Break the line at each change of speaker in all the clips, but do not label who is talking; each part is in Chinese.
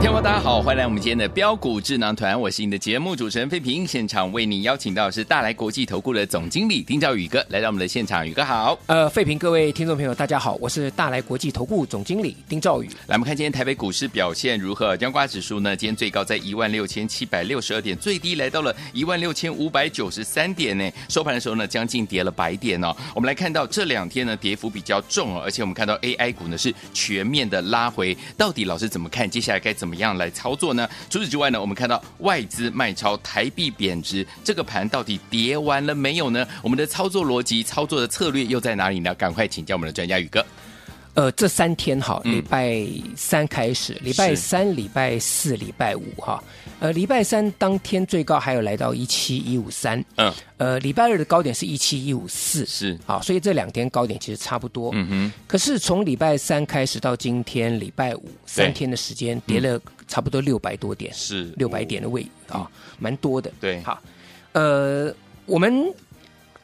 听众朋友大家好，欢迎来我们今天的标股智囊团，我是你的节目主持人费平，现场为您邀请到的是大来国际投顾的总经理丁兆宇哥来到我们的现场，宇哥好。
呃，费评各位听众朋友，大家好，我是大来国际投顾总经理丁兆宇。
来，我们看今天台北股市表现如何？将挂指数呢？今天最高在一万六千七百六十二点，最低来到了一万六千五百九十三点呢。收盘的时候呢，将近跌了百点哦。我们来看到这两天呢，跌幅比较重哦，而且我们看到 AI 股呢是全面的拉回。到底老师怎么看？接下来该怎么样来操作呢？除此之外呢，我们看到外资卖超，台币贬值，这个盘到底跌完了没有呢？我们的操作逻辑、操作的策略又在哪里呢？赶快请教我们的专家宇哥。
呃，这三天哈，
嗯
礼拜三开始，礼拜三、礼拜四、礼拜五哈，呃，礼拜三当天最高还有来到一七一五三，
嗯，
呃，礼拜二的高点是一七一五四，
是
好，所以这两天高点其实差不多。
嗯哼，
可是从礼拜三开始到今天礼拜五三天的时间，跌了差不多六百多点，
是
六百点的位啊、蛮多的。
嗯对
好，呃，我们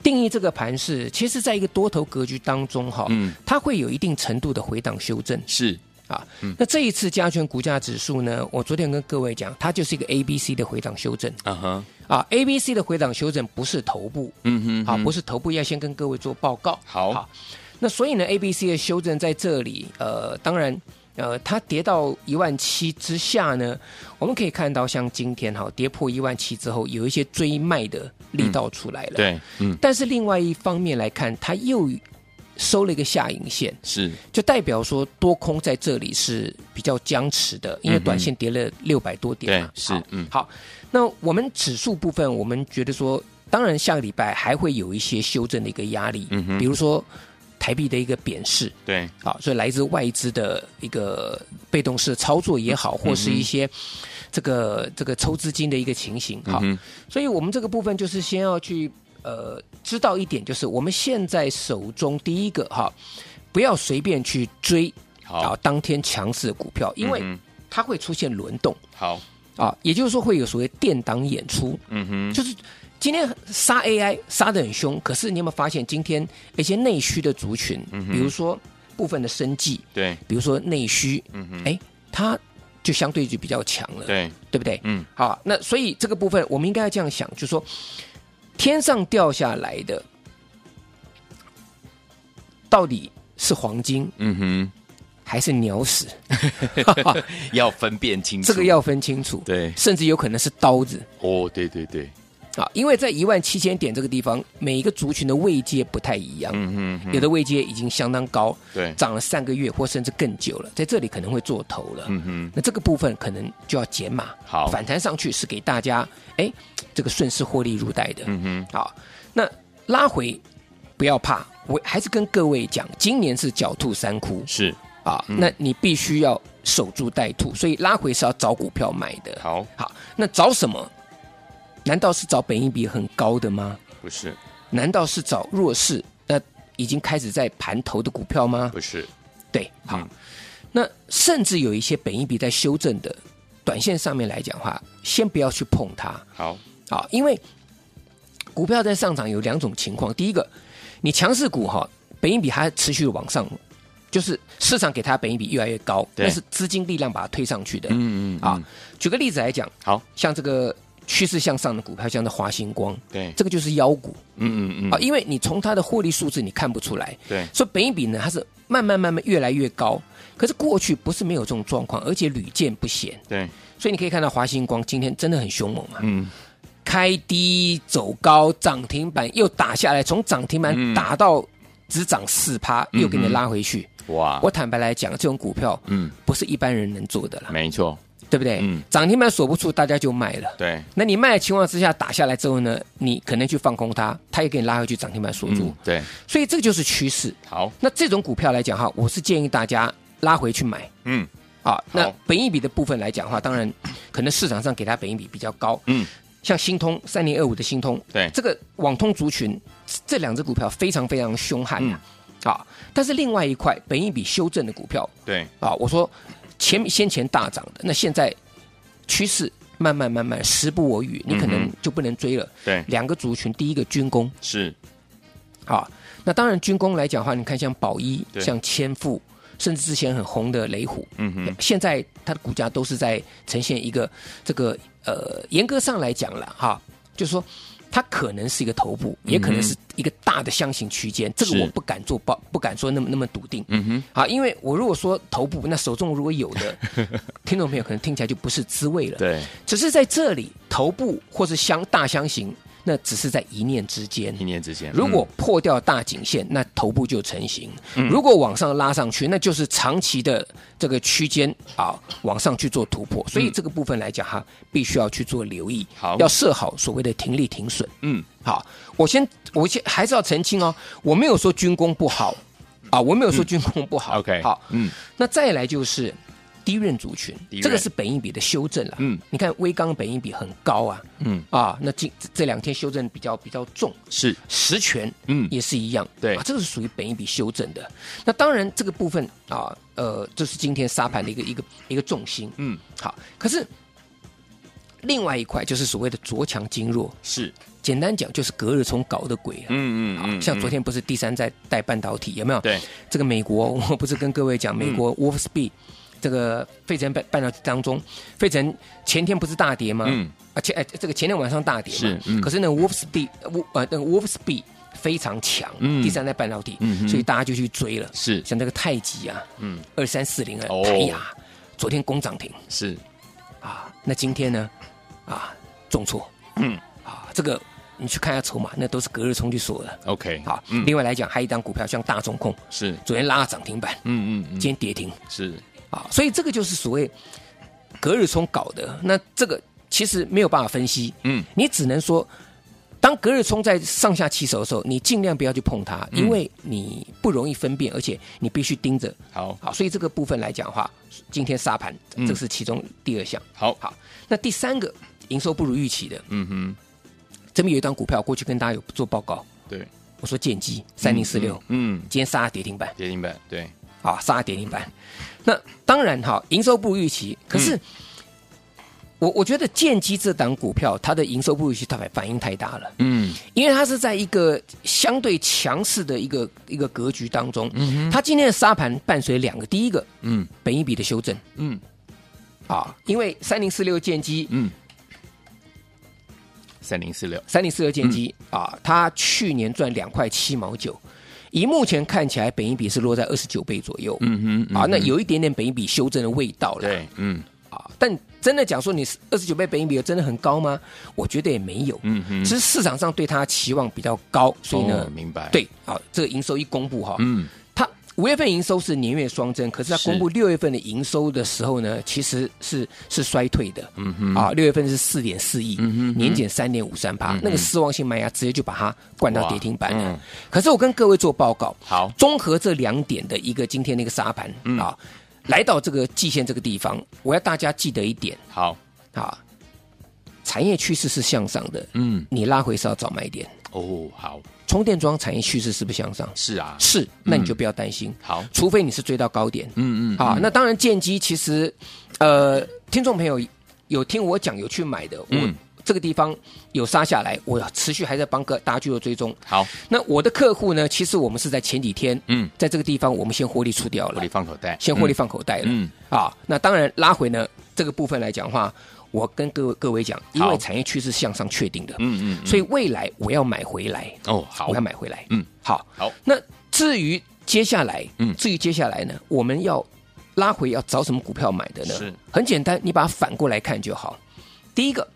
定义这个盘是，其实在一个多头格局当中哈、
嗯
它会有一定程度的回档修正
是，
啊。
嗯
那这一次加权股价指数呢，我昨天跟各位讲，它就是一个 A、B、C 的回档修正
嗯哼，
啊。A、B、C 的回档修正不是头部，
嗯哼，
好，不
是，
是头部要先跟各位做报告。
好
那所以呢，A、B、C 的修正在这里，呃，当然，呃，它跌到一万七之下呢，我们可以看到，像今天哈，跌破一万七之后，有一些追卖的力道出来了。。
对，嗯，
但是另外一方面来看，它又收了一个下影线，
是，
就代表说多空在这里是比较僵持的，因为
嗯哼
短线跌了六百多点嘛。
对是
好
嗯
好。那我们指数部分，我们觉得说，当然下个礼拜还会有一些修正的一个压力，
嗯哼
比如说台币的一个贬势。
对，
好，所以来自外资的一个被动式操作也
嗯
好，或是一些这个这个抽资金的一个情形。好，
嗯哼
所以我们这个部分就是先要去呃知道一点，就是我们现在手中第一个哈，不要随便去追
好
啊当天强势的股票，因为
嗯
它会出现轮动
好，
啊，也就是说会有所谓电档演出，
嗯哼，
就是。今天杀 AI 杀得很凶，可是你有没有发现，今天一些内需的族群，
嗯
比如说部分的生技，
对，
比如说内需，
嗯哼，
哎，它就相对就比较强了，
对，
对不对？
嗯，
好，那所以这个部分我们应该要这样想，就是说天上掉下来的到底是黄金
嗯
还是鸟屎，
哼， 要分辨清楚，
这个要分清楚，
对，
甚至有可能是刀子
哦，对对对，
啊，因为在一万七千点这个地方，每一个族群的位阶不太一样。
嗯哼，
有的位阶已经相当高，
对，
涨了三个月或甚至更久了，在这里可能会做头了。
嗯哼，
那这个部分可能就要减码，
好
反弹上去是给大家哎这个顺势获利入袋的，
嗯哼，
好，那拉回不要怕，我还是跟各位讲，今年是狡兔三窟
是，
啊，那你必须要守株待兔，所以拉回是要找股票买的，
好，
好，那找什么？难道是找本益比很高的吗？
不是，
难道是找弱势那已经开始在盘头的股票吗？
不是，
对，好，
嗯
那甚至有一些本益比在修正的，短线上面来讲的话，先不要去碰它
好，
啊，因为股票在上涨有两种情况，第一个，你强势股哈，本益比它持续往上，就是市场给它本益比越来越高，
对
那是资金力量把它推上去的、
嗯嗯，
啊。举个例子来讲，
好，
像这个趋势向上的股票，像这华星光，
对，
这个就是妖股
嗯嗯嗯嗯，
啊，因为你从它的获利数字你看不出来，
对，
所以本益比呢，它是慢慢慢慢越来越高。可是过去不是没有这种状况，而且屡见不鲜。
对，
所以你可以看到华星光今天真的很凶猛嘛，
嗯，
开低走高，涨停板又打下来，从涨停板
嗯
打到只涨四趴，又给你拉回去。
哇，
我坦白来讲，这种股票
啊嗯，
不是一般人能做的啦。
没错，
对不对？
嗯
涨停板锁不住，大家就卖了。
对，
那你卖的情况之下打下来之后呢，你可能去放空它，它也给你拉回去涨停板锁住，
嗯，对，
所以这就是趋势。
好，
那这种股票来讲哈，我是建议大家拉回去买
嗯
啊。那
好
本益比的部分来讲的话，当然可能市场上给它本益比比较高，
嗯，
像新通三零二五的新通，
对
这个网通族群这这两只股票非常非常凶悍啊。
嗯
啊，但是另外一块本益比修正的股票
对，
啊，我说前先前大涨的，那现在趋势慢慢慢慢时不我与，你可
嗯
能
哼
就不能追了。
对
两个族群，第一个军工
是，
啊，那当然军工来讲的话，你看像宝一、
对
像千富，甚至之前很红的雷虎，
嗯哼，
现在它的股价都是在呈现一个这个呃，严格上来讲了哈，就是说它可能是一个头部，也可能是一个大的箱型区间，这
是
个我不敢做报，不敢说那么那么笃定。
嗯哼，
啊，因为我如果说头部，那手中如果有 的听众朋友可能听起来就不是滋味了。，
对，
只是在这里头部或是箱大箱型，那只是在一念之间。
一年之前，
如果破掉大颈线，那头部就成型；
嗯
如果往上拉上去，那就是长期的这个区间啊，往上去做突破。所以这个部分来讲哈，必须要去做留意，
嗯好
要设好所谓的停利停损。
嗯，
好，我先我先还是要澄清哦，我没有说军工不好啊，我没有说军工不好。
OK，
好，
嗯，
那再来就是低润族群
低，润
这个是本益比的修正了。
嗯，
你看微刚本益比很高啊，
嗯
啊，那近这这两天修正比较比较重。
是，
实权，
嗯
嗯，也是一样，
对
啊，这个是属于本一笔修正的。那当然这个部分啊，呃，这是今天沙盘的一个一个一个重心，
嗯，
好。可是另外一块就是所谓的着强经弱，
是，
简单讲就是隔日冲搞的鬼啊。
嗯嗯
啊
嗯，
像昨
嗯
天不是第三代带半导体有没有？
对，嗯
这个美国，我不是跟各位讲，美国 Wolf Speed 这个费城半半导体当中，费城前天不是大跌吗？
嗯，
而且哎，这个前天晚上大跌嘛
是嗯
可是呢 Wolf Speed 呃那个 Wolf Speed 非常强，
嗯
第三代半导体，
嗯哼
所以大家就去追了，
是
像这个太极啊，
嗯，
二三四零啊
哦，
台亚，昨天攻涨停
是，
啊，那今天呢啊重挫，
嗯，
啊这个你去看一下筹码，那都是隔日冲去锁的。
OK，
好，
嗯，
另外来讲，还有一档股票像大中控，
是，
昨天拉涨停板，
嗯嗯嗯，
今天跌停
是，
啊，所以这个就是所谓隔日冲搞的。那这个其实没有办法分析，
嗯，
你只能说，当隔日冲在上下起手的时候，你尽量不要去碰它，因为你不容易分辨，而且你必须盯着。
好，
好，所以这个部分来讲的话，今天沙盘
嗯
这是其中第二项。
好，
好，那第三个营收不如预期的，
嗯
这边有一档股票，过去跟大家有做报告，
哼，对，
我说建机三零四六，
嗯，嗯
今天杀了跌停板。
跌停板，对，
啊，杀跌停板。那当然哈，营收不如预期，可是、我我觉得建机这档股票它的营收不如预期，它反反应太大了，
嗯，
因为它是在一个相对强势的一个一个格局当中，它今天的沙盘伴随两个，第一个
嗯
本一比的修正
嗯
啊，因为三零四六建机，
嗯，三零四六，
三零四六建机、
嗯
啊，它去年赚两块七毛九。以目前看起来，本一比是落在二十九倍左右，
嗯哼，嗯
啊，那
哼
有一点点本一比修正的味道了。
对，嗯
啊。但真的讲说你二十九倍本益比有真的很高吗？我觉得也没有，
嗯哼，
只是市场上对它期望比较高，所以呢，
哦明白，，
对，好、这个营收一公布哈，
嗯
它五月份营收是年月双增，可是它
是
公布六月份的营收的时候呢，其实是是衰退的，
嗯哼，
啊，六月份是四点四亿，
嗯哼嗯
年减三点五三趴，那个失望性卖压直接就把它灌到跌停板了。
哇嗯
可是我跟各位做报告，
好
综合这两点的一个今天那个沙盘、
嗯
啊，来到这个季线这个地方，我要大家记得一点
好，
啊，产业趋势是向上的，
嗯
你拉回是要找买点。
哦，好，
充电桩产业趋势是不是向上？
是啊，
是，那你就不要担心。
好
除非你是追到高点。
嗯嗯，
啊，那当然，剑机其实，呃，听众朋友有听我讲有去买的，我、
嗯
这个地方有杀下来，我持续还在帮各大家去做追踪。
好，
那我的客户呢，其实我们是在前几天，
嗯，
在这个地方我们先获利出掉
获
了
利，放口袋，
先获利
嗯
放口袋了。
嗯
啊，那当然拉回呢这个部分来讲的话，我跟各位各位讲，因
好
为产业趋势向上确定的，
嗯嗯嗯，
所以未来我要买回来，
哦，好
我，要买回来。
嗯，
好，
好，
那至于接下来，
嗯
嗯，至于接下来呢，我们要拉回要找什么股票买的呢？
是
很简单，你把它反过来看就好。第一个，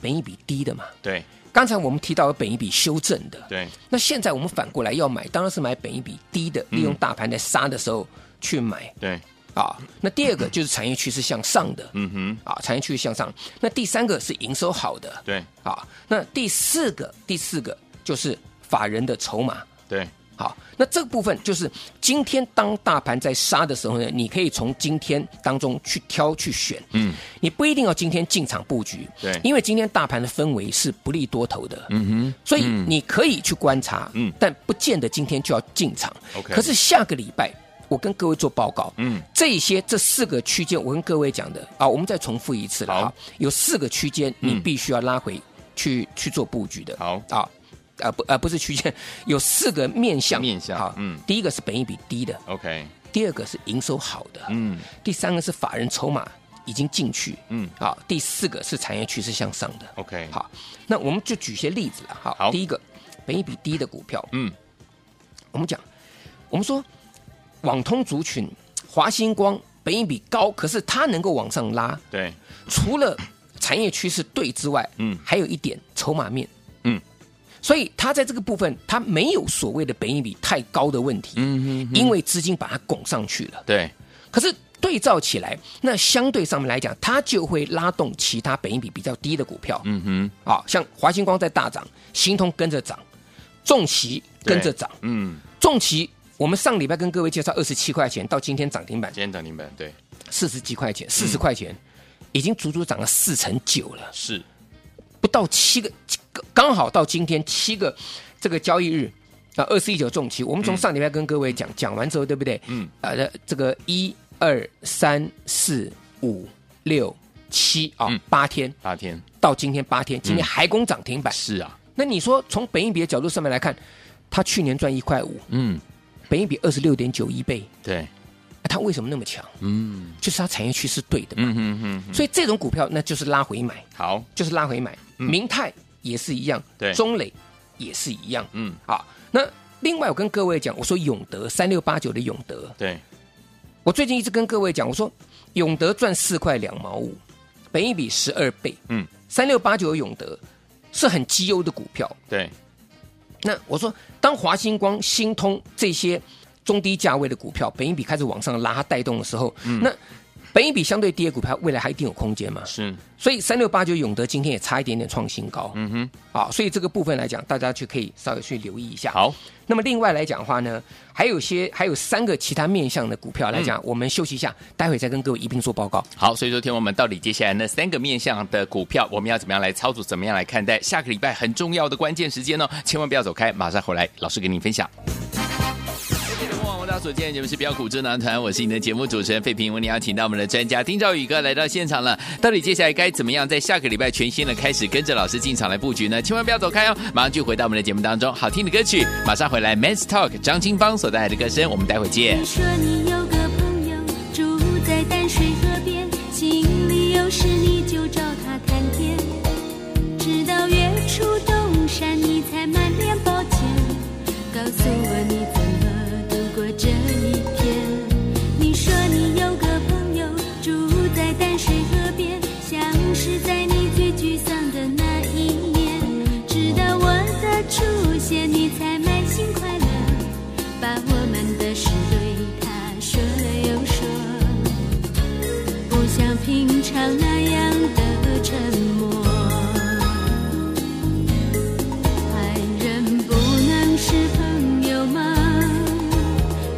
本一比低的嘛，
对
刚才我们提到有本一比修正的，
对，
那现在我们
嗯
反过来要买，当然是买本一比低的，利用大盘在杀的时候去买
对，
啊。那第二个就是产业趋势向上的，
嗯哼，
啊，产业趋势向上。那第三个是营收好的，
对
啊。那第四个，第四个就是法人的筹码。
对，
好，那这个部分就是今天当大盘在杀的时候呢，你可以从今天当中去挑去选，
嗯，
你不一定要今天进场布局，
对
因为今天大盘的氛围是不利多头的，
嗯
所以你可以去观察，
嗯
但不见得今天就要进场。
OK
可是下个礼拜我跟各位做报告，
嗯，
这些这四个区间，我跟各位讲的啊，我们再重复一次了
好
啊，有四个区间你
嗯
必须要拉回去、去做布局的，
好
啊。啊不啊不是区间，有四个面向。
面向
好，
嗯
嗯，第一个是本益比低的，
哼，OK，
第二个是营收好的，
嗯
第三个是法人筹码已经进去，
嗯
啊，第四个是产业趋势向上的。
，OK，，
好，那我们就举些例子了。好，
好
第一个，本益比低的股票，
嗯，
我们讲，我们说网通族群，华星光本益比高，可是它能够往上拉，
对，
除了产业趋势对之外，
嗯
还有一点筹码面，
嗯，
所以它在这个部分，它没有所谓的本益比太高的问题，
嗯哼，
因为资金把它拱上去了。
对，
可是对照起来，那相对上面来讲，它就会拉动其他本益比比较低的股票，
嗯哼，
啊，像华星光在大涨，新通跟着涨，重旗
对
跟着涨，
嗯，
重旗。我们上礼拜跟各位介绍二十七块钱，到今天涨停板
今天涨停板，对，
四十几块钱，四
嗯
十块钱，已经足足涨了四成九了，
是，
不到七个，刚好到今天七个这个交易日啊，二四一九重旗，我们从上礼拜跟各位讲、讲完之后，对不对？
嗯，
啊，那这个一二三四五六七啊
嗯，
八天
八天，
到今天八天，今天还攻涨停板，
是啊，
那你说从本益比的角度上面来看，它去年赚一块五，
嗯，
本益比二十六点九一倍，
对，
啊它为什么那么强？
嗯，
就是它产业趋势对的嘛。
嗯哼哼哼，
所以这种股票那就是拉回买，
好，
就是拉回买。明泰也是一样，
嗯对
中磊也是一样
嗯，
啊。那另外我跟各位讲，我说永德三六八九的永德，
对，
我最近一直跟各位讲，我说永德赚四块两毛五，本益比十二倍，
嗯，
三六八九的永德是很绩优的股票。
对，
那我说，当华星光、星通这些中低价位的股票，本益比开始往上拉，它带动的时候，
嗯
那本益比相对低的股票，未来还一定有空间嘛？
是，
所以三六八九永德今天也差一点点创新高，
嗯哼，
啊，所以这个部分来讲，大家就可以稍微去留意一下。，
好，
那么另外来讲的话呢，还有些还有三个其他面向的股票来
嗯
讲，我们休息一下，待会再跟各位一并做报告。
好，所以说，天王们到底接下来那三个面向的股票，我们要怎么样来操作，怎么样来看待？下个礼拜很重要的关键时间哦，千万不要走开，马上回来，老师给您分享。我大家所见的节目是标股智囊团，我是你的节目主持人费平。为您邀请到我们的专家丁兆宇哥来到现场了。到底接下来该怎么样在下个礼拜全新的开始跟着老师进场来布局呢？千万不要走开哦，马上就回到我们的节目当中，好听的歌曲马上回来。Men's Talk 张清芳所带来的歌声，我们待会见
听。说你有个朋友住在淡水河边，心里有事你就找他谈天，直到月出东山，你才满脸抱歉，告诉我你怎么度过这一天。你说你有个朋友住在淡水河边，像是在你最沮丧的那一年，直到我的出现，你才满心快乐。把我们的事对他说了又说，不像平常那样的沉默。爱人不能是朋友吗？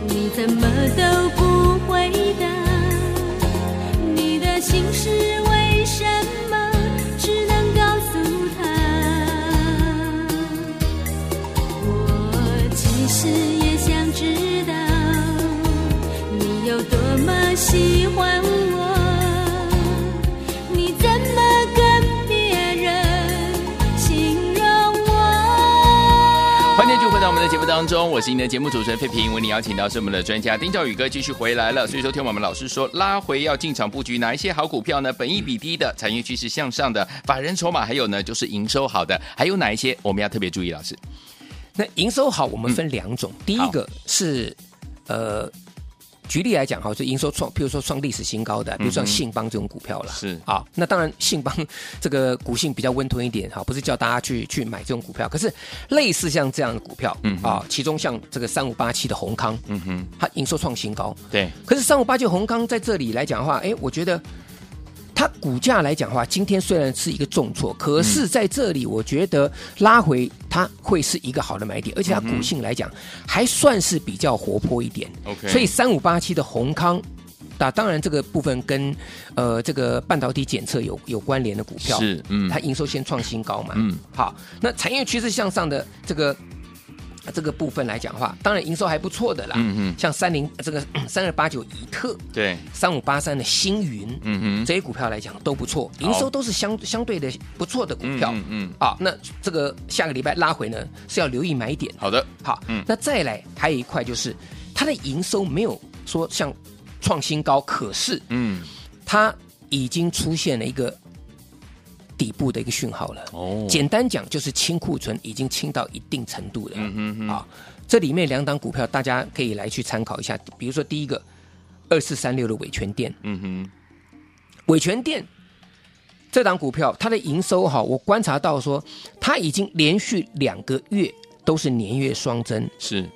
你怎么都不回答？你的心事为什么只能告诉他？我其实也想知道你有多么喜欢我，你怎么跟别人形容我？
欢迎继续回到我们的节目当中，我是您的节目主持人费平，为您邀请到是我们的专家丁兆宇哥继续回来了。所以说，听我们老师说，拉回要进场布局哪一些好股票呢？本益比低的，产业趋势向上的，法人筹码，还有呢就是营收好的，还有哪一些我们要特别注意？老师，嗯
那营收好，我们分两种，第一个是呃举例来讲，哈，就营收创，譬如说创历史新高的，比如
嗯
像
哼
信邦这种股票了，
是
啊，那当然信邦这个股性比较温吞一点，哈，不是叫大家去去买这种股票，可是类似像这样的股票，
嗯哼
啊，其中像这个三五八七的宏康，
嗯哼，
它营收创新高，
对，
可是三五八九宏康在这里来讲的话，哎，我觉得它股价来讲的话，今天虽然是一个重挫，可是在这里我觉得拉回它会是一个好的买点，而且它股性来讲还算是比较活泼一点。
OK
所以三五八七的宏康。那当然，这个部分跟呃这个半导体检测有有关联的股票，
是嗯
它营收先创新高嘛，
嗯，
好，那产业趋势向上的这个这个部分来讲的话，当然营收还不错的啦，
嗯嗯
像三零 这个三二八九怡特、
对，
三五八三的星云，
嗯哼，
这些股票来讲都不错，
好
营收都是相相对的不错的股
嗯
票。
嗯嗯，
啊，那这个下个礼拜拉回呢是要留意买点。
好的，
好，
嗯
那再来还有一块就是它的营收没有说像创新高，可是
嗯，
它已经出现了一个底部的一个讯号了。
哦
简单讲就是清库存已经清到一定程度了。
嗯哼哼，
啊，这里面两档股票大家可以来去参考一下。比如说第一个二四三六的伟全店，
嗯哼，
伟全店这档股票它的营收哈，我观察到说它已经连续两个月都是年月双增，
是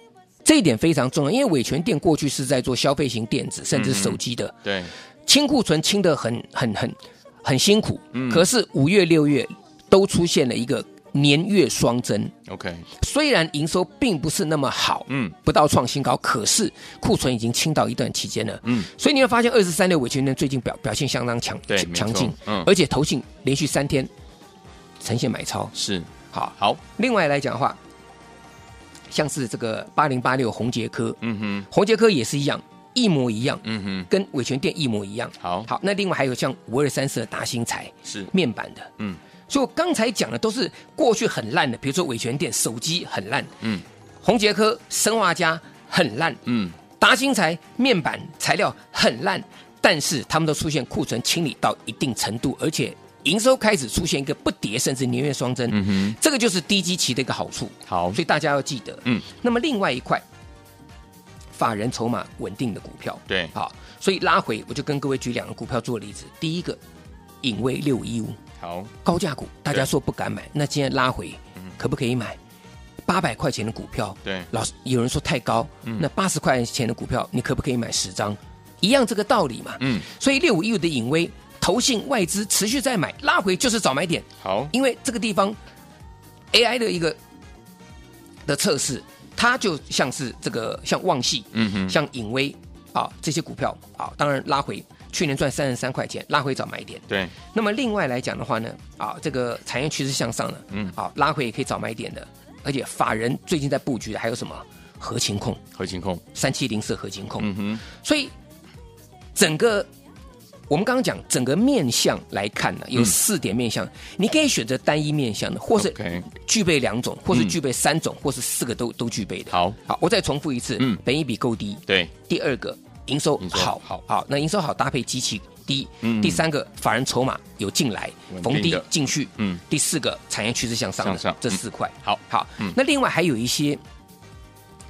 这一点非常重要，因为伟全店过去是在做消费型电子甚至手机的，
对，
清库存清的很很很很辛苦，
嗯
可是五月六月都出现了一个年月双增。
OK，
虽然营收并不是那么好，
嗯，
不到创新高，可是库存已经清到一段期间了，
嗯，
所以你会发现二十三六尾权人最近表表现相当强，
对，没
强
错
劲，，
嗯，
而且投信连续三天呈现买超。
是
好，
好，
另外来讲的话，像是这个八零八六红杰科，
嗯哼，
红杰科也是一样，一模一样，
嗯哼，
跟伟权店一模一样。
好，
好，那另外还有像五二三四的达兴材
是，
面板的，
嗯
所以我刚才讲的都是过去很烂的，比如说伟权店手机很烂，
嗯
红杰科、生化家很烂，
嗯，
达兴材面板材料很烂，但是他们都出现库存清理到一定程度，而且营收开始出现一个不跌，甚至年月双增。
嗯哼，
这个就是低基期的一个好处，
好
哦所，以大家要记得。
嗯，
那么另外一块，法人筹码稳定的股票，
对，
好，所以拉回我就跟各位举两个股票做例子。第一个，引威六一五
好，
高价股，大家
对嗯
说不敢买，那今天拉回，可不可以买？八百块钱的股票，
对，
老师有人说太高，
嗯
那八十块钱的股票，你可不可以买十张？一样这个道理嘛。
嗯，
所以六五一五的隐微，投信外资持续在买，拉回就是找买点，
好，
因为这个地方 AI 的一个的测试，它就像是这个像旺系，
嗯哼，
像隐微啊这些股票啊，当然拉回，去年赚三十三块钱，拉回找买点。
对，
那么另外来讲的话呢，啊，这个产业趋势向上呢，
嗯
嗯，啊，拉回也可以找买点的，而且法人最近在布局的还有什么核情控
核情控，
三七零四核情控，
嗯哼，
所以整个我们刚刚讲整个面相来看呢，有
嗯
四点面相，你可以选择单一面相的，或是
OK
具备两种，或是
嗯
具备三种，或是四个都都具备的。
好，
好，我再重复一次，
嗯
嗯，本益比够低，
对，
第二个营收
营收
好，
好
好，那营收好搭配机器低，
嗯
第三个法人筹码有进来，
稳定
逢低
的
进去，
嗯，
第四个产业趋势向上的
向上
这
嗯
四块，
好
好
嗯，
那另外还有一些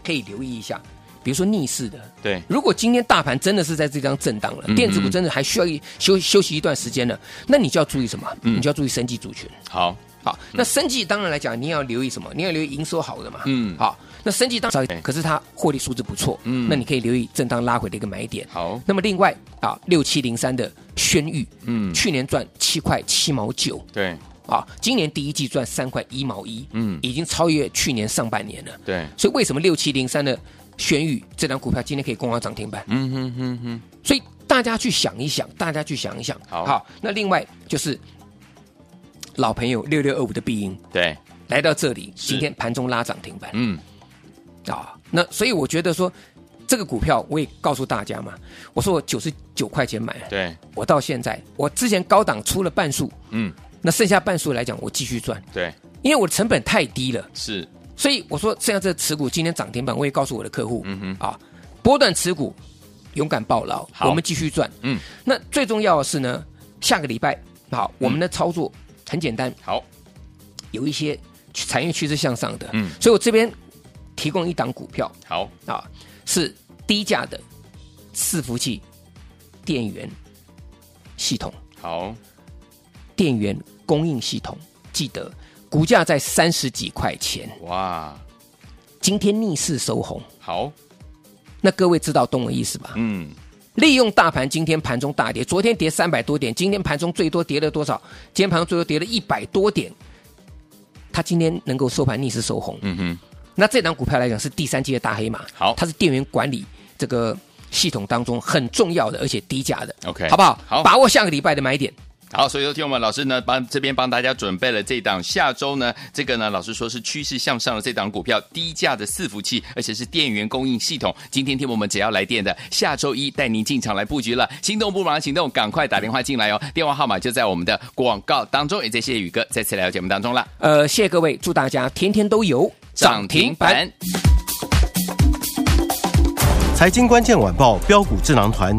可以留意一下，比如说逆势的。
对，
如果今天大盘真的是在这张震荡了
嗯，
电子股真的还需要一休休息一段时间了，那你就要注意什么？
嗯
你就要注意升级族群。
好，
好，那升级当然来讲，你也要留意什么？你要留意营收好的嘛。
嗯
好，那升级当然
对，
可是它获利数字不错，
嗯
嗯，那你可以留意震荡拉回的一个买点。
好，
那么另外啊，六七零三的轩宇，
嗯
去年赚七块七毛九
对，
啊，今年第一季赚三块一毛一，
嗯
嗯，已经超越去年上半年了。
对，
所以为什么六七零三的轩宇这张股票今天可以攻上涨停板？
嗯哼哼哼，
所以大家去想一想，大家去想一想。
好
那另外就是老朋友六六二五的必赢
对，
来到这里，
是
今天盘中拉涨停板
嗯，
啊、那所以我觉得说这个股票，我也告诉大家嘛，我说我九十九块钱买，
对，
我到现在，我之前高档出了半数，
嗯，
那剩下半数来讲，我继续赚，
对，
因为我的成本太低了。
是，
所以我说，剩下这持股今天涨停板，我也告诉我的客户，
嗯哼
啊，波段持股勇敢抱牢，
好
我们继续赚。
嗯，
那最重要的是呢，下个礼拜好，
嗯
我们的操作很简单，
好，
有一些产业趋势向上的，
嗯
所以我这边提供一档股票
好，
啊，是低价的伺服器、电源系统、
好，
电源供应系统。记得股价在三十几块钱，
哇，
今天逆势收红。
好，
那各位知道懂我意思吧？
嗯，
利用大盘今天盘中大跌，昨天跌三百多点，今天盘中最多跌了多少？今天盘中最多跌了一百多点，它今天能够收盘逆势收红。
嗯哼，
那这档股票来讲是第三季的大黑马，
好
它是电源管理这个系统当中很重要的，而且低价的
OK，
好不好？
好
把握下个礼拜的买点。
好，所以有听我们老师呢帮这边帮大家准备了这档下周呢这个呢老师说是趋势向上的这档股票低价的伺服器，而且是电源供应系统。今天听我们只要来电的，下周一带您进场来布局了。心动不马上行动，赶快打电话进来哦，电话号码就在我们的广告当中。也谢谢宇哥再次来到节目当中了，
呃，谢谢各位，祝大家天天都有。
财经关键晚报标股智囊团